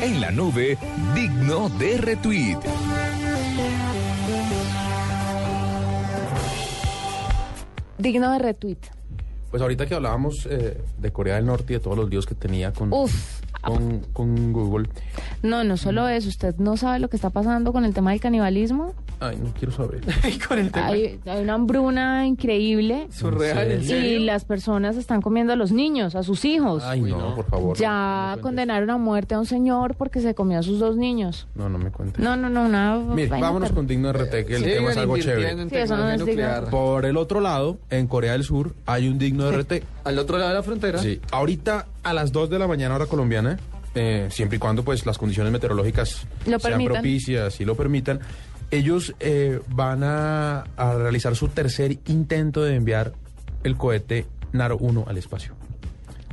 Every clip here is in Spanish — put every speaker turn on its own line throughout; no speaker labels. En la nube, digno de retweet.
Digno de retweet.
Pues ahorita que hablábamos eh, de Corea del Norte y de todos los líos que tenía con,
Uf.
con, con Google.
No, no solo eso. Usted no sabe lo que está pasando con el tema del canibalismo.
Ay, no quiero saber.
Y con el tema
Hay, hay una hambruna increíble.
surreal, ¿en
Y
serio?
las personas están comiendo a los niños, a sus hijos.
Ay,
Uy,
no,
no.
por favor.
ya
no me cuentes.
condenaron a muerte a un señor porque se comió a sus dos niños.
No, no me cuentes.
No, no, no, una.
Mire,
vaina
vámonos
ter-
con digno de RT, que el
Sigan
tema es algo
invirtiendo
chévere.
en
Sí, eso no
tecnología
es digno.
nuclear.
Por el otro lado, en Corea del Sur hay un digno de RT.
Al otro lado de la frontera.
Sí, ahorita a las 2 de la mañana hora colombiana, eh, siempre y cuando pues las condiciones meteorológicas
Lo
sean
permitan.
propicias y lo permitan, ellos eh, van a, a realizar su tercer intento de enviar el cohete Naro 1 al espacio.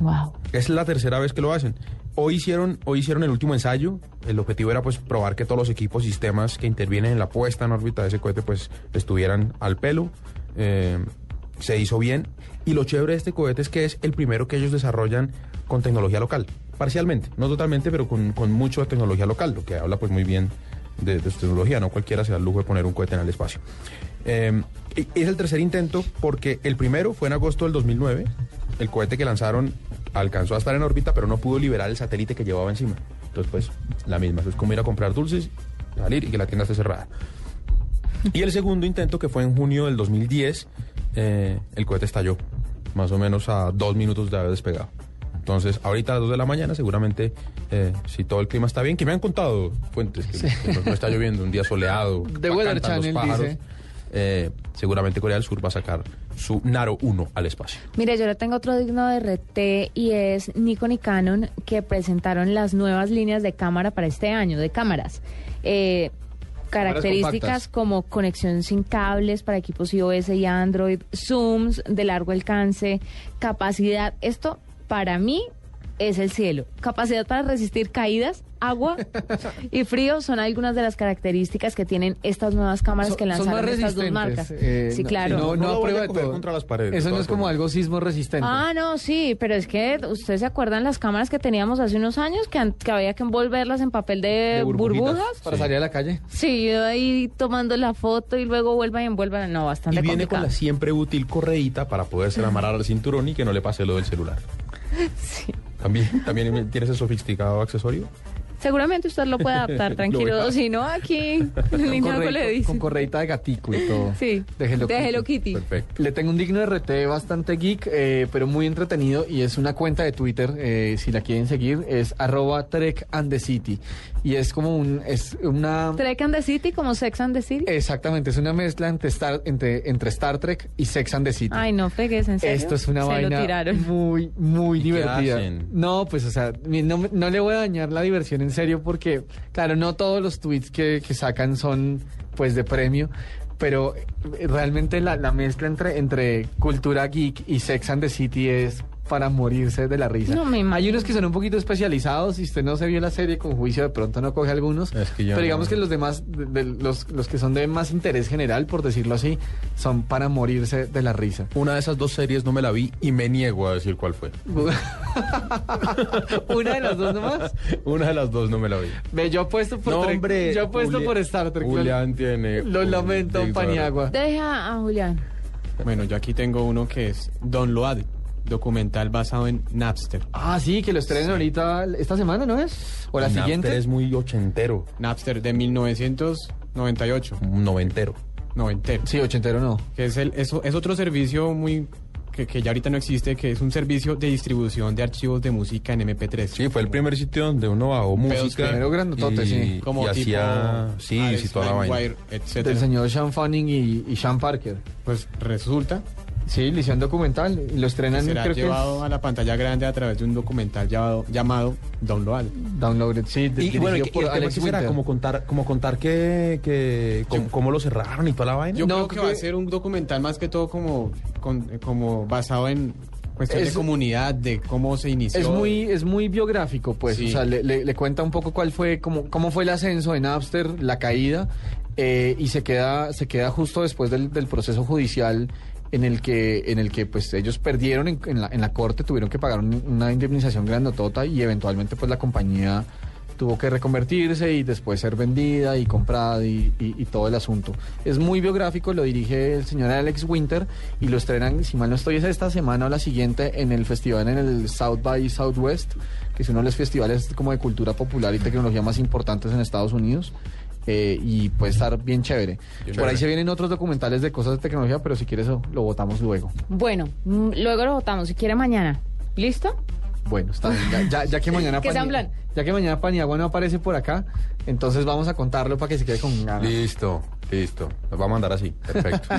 Wow.
Es la tercera vez que lo hacen. Hoy hicieron, hoy hicieron el último ensayo. El objetivo era pues probar que todos los equipos, sistemas que intervienen en la puesta en órbita de ese cohete pues estuvieran al pelo. Eh, se hizo bien. Y lo chévere de este cohete es que es el primero que ellos desarrollan con tecnología local. Parcialmente, no totalmente, pero con, con mucho de tecnología local, lo que habla pues muy bien de, de su tecnología. No cualquiera se da el lujo de poner un cohete en el espacio. Eh, y- es el tercer intento porque el primero fue en agosto del 2009. El cohete que lanzaron alcanzó a estar en órbita, pero no pudo liberar el satélite que llevaba encima. Entonces, pues, la misma. Eso es como ir a comprar dulces, salir y que la tienda esté cerrada. Y el segundo intento, que fue en junio del 2010, eh, el cohete estalló, más o menos a dos minutos de haber despegado. Entonces, ahorita a las 2 de la mañana, seguramente, eh, si todo el clima está bien, que me han contado fuentes, que no, no está lloviendo, un día soleado,
The
pa-
Weather
cantan los
Channel
pájaros,
dice.
eh, seguramente Corea del Sur va a sacar su Naro 1 al espacio.
Mire, yo le tengo otro digno de RT y es Nikon y Canon que presentaron las nuevas líneas de cámara para este año, de cámaras. Eh, características
compactas.
como conexión sin cables para equipos iOS y Android, zooms de largo alcance, capacidad, esto para mí es el cielo. Capacidad para resistir caídas, agua y frío son algunas de las características que tienen estas nuevas cámaras
Son-
que
son más
lanzaron estas dos
resistentes,
marcas.
eh,
sí,
no-
claro.
No, no,
No lo voy
a
a
prueba de
coger
todo.
contra las paredes, de
Eso no
todas
es como
formas.
algo sismo resistente.
Ah, no, sí, pero es que ustedes se acuerdan las cámaras que teníamos hace unos años que, an- que había que envolverlas en papel de,
De burbujitas.
burbujas.
Para
Sí.
salir a la calle.
Sí, yo ahí tomando la foto y luego vuelvan y envuelvan. No,
Y
bastante
viene con
complicado.
la siempre útil correíta para poderse amarrar al cinturón y que no le pase lo del celular.
Sí.
¿También, también tiene ese sofisticado accesorio?
Seguramente usted lo puede adaptar,
Lo voy a-
tranquilo. Si no, aquí ni
Con
nada le
correíta-
dice.
Con correita de gatico y todo.
Sí,
De Hello Kitty.
Kitty.
Perfecto.
Le tengo un digno RT bastante geek, eh, pero muy entretenido, y es una cuenta de Twitter, eh, si la quieren seguir, es arroba Trek and the City. Y es como un, es una...
Trek and the City como Sex and the City.
Eh, Exactamente, es una mezcla entre Star, entre, entre Star Trek y Sex and the City.
Ay, no fregues, en serio.
Esto es una
Se lo
vaina
tiraron.
muy, muy
¿Y qué
divertida.
hacen?
No, pues, o sea, mi- no, me- no le voy a dañar la diversión en serio porque, claro, no todos los tweets que, que sacan son, pues, de premio. Pero eh, realmente la, la mezcla entre, entre cultura geek y Sex and the City es para morirse de la risa.
No me
Hay
imagino.
unos que son un poquito especializados. Si usted no se vio la serie con juicio, de pronto no coge algunos.
Es que yo
pero
no.
digamos que los demás, de- de los, los que son de más interés general, por decirlo así, son para morirse de la risa.
Una de esas dos series no me la vi y me niego a decir cuál fue.
Una de las dos nomás.
Una de las dos no me la vi.
Ve, yo apuesto por Trek- yo apuesto
Juli-
por Star Trek.
Julián tiene.
Lo
un
lamento,
digno de-
Paniagua.
Deja a Julián.
Bueno, yo aquí tengo uno que es Don Load, documental basado en Napster.
Ah, sí, que lo estrenen ahorita esta semana, ¿no es? O la
Napster
siguiente.
es muy ochentero,
Napster de 1998,
un noventero.
noventero.
Sí, ochentero no.
Que es, el, es, o- es otro servicio muy que, que ya ahorita no existe, que es un servicio de distribución de archivos de música en MP3.
Sí, fue el primer sitio donde uno bajó música.
primero grandotote,
y,
sí.
Como
Como
y
tipo
hacía. Sí,
Alice,
sí, toda la vaina.
LimeWire, etcétera.
Del señor Sean Fanning y, y Sean Parker.
Pues resulta
Sí, Lisión Documental. y Lo estrenan,
será
Ah, creo que es
llevado a la pantalla grande a través de un documental llamado, llamado Download.
Downloaded. Sí,
Y, y bueno, ¿y
dirigido
qué- y
por
el tema
Alex
qué será?
Winter.
Como contar, como contar que, que cómo, cómo lo cerraron y toda la vaina.
Yo
No,
creo que
creo
va a
que-
ser un documental más que todo como, con- como basado en cuestiones
Es-
de comunidad, de cómo se inició.
Es muy, es muy biográfico, pues.
Sí.
O sea, le, le- le cuenta un poco cuál fue, cómo, cómo fue el ascenso en Napster, la caída, eh, y se queda, se queda justo después del, del proceso judicial en el que, en el que pues ellos perdieron en, en la, en la corte, tuvieron que pagar un- una indemnización grandotota y eventualmente pues la compañía tuvo que reconvertirse y después ser vendida y comprada y, y- y todo el asunto. Es muy biográfico, lo dirige el señor Alex Winter y lo estrenan, si mal no estoy, es esta semana o la siguiente en el festival en el South by Southwest, que es uno de los festivales como de cultura popular y tecnología más importantes en Estados Unidos. eh, y puede estar bien chévere. Por ahí se vienen otros documentales de cosas de tecnología, pero si quieres oh, lo votamos luego.
Bueno, mm, luego lo votamos, si quiere mañana. ¿Listo?
Bueno, está bien. Ya, ya- ya que mañana
Que sea un plan.
ya que mañana Paniagua no aparece por acá, entonces vamos a contarlo para que se quede con ganas.
Listo, listo. Nos va a mandar así. Perfecto.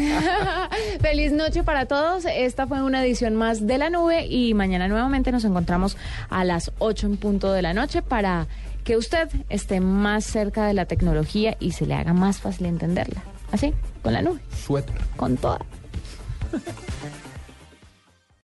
Feliz noche para todos. Esta fue una edición más de La Nube y mañana nuevamente nos encontramos a las 8 en punto de la noche para que usted esté más cerca de la tecnología y se le haga más fácil entenderla. Así, con la nube,
Suéter.
con toda.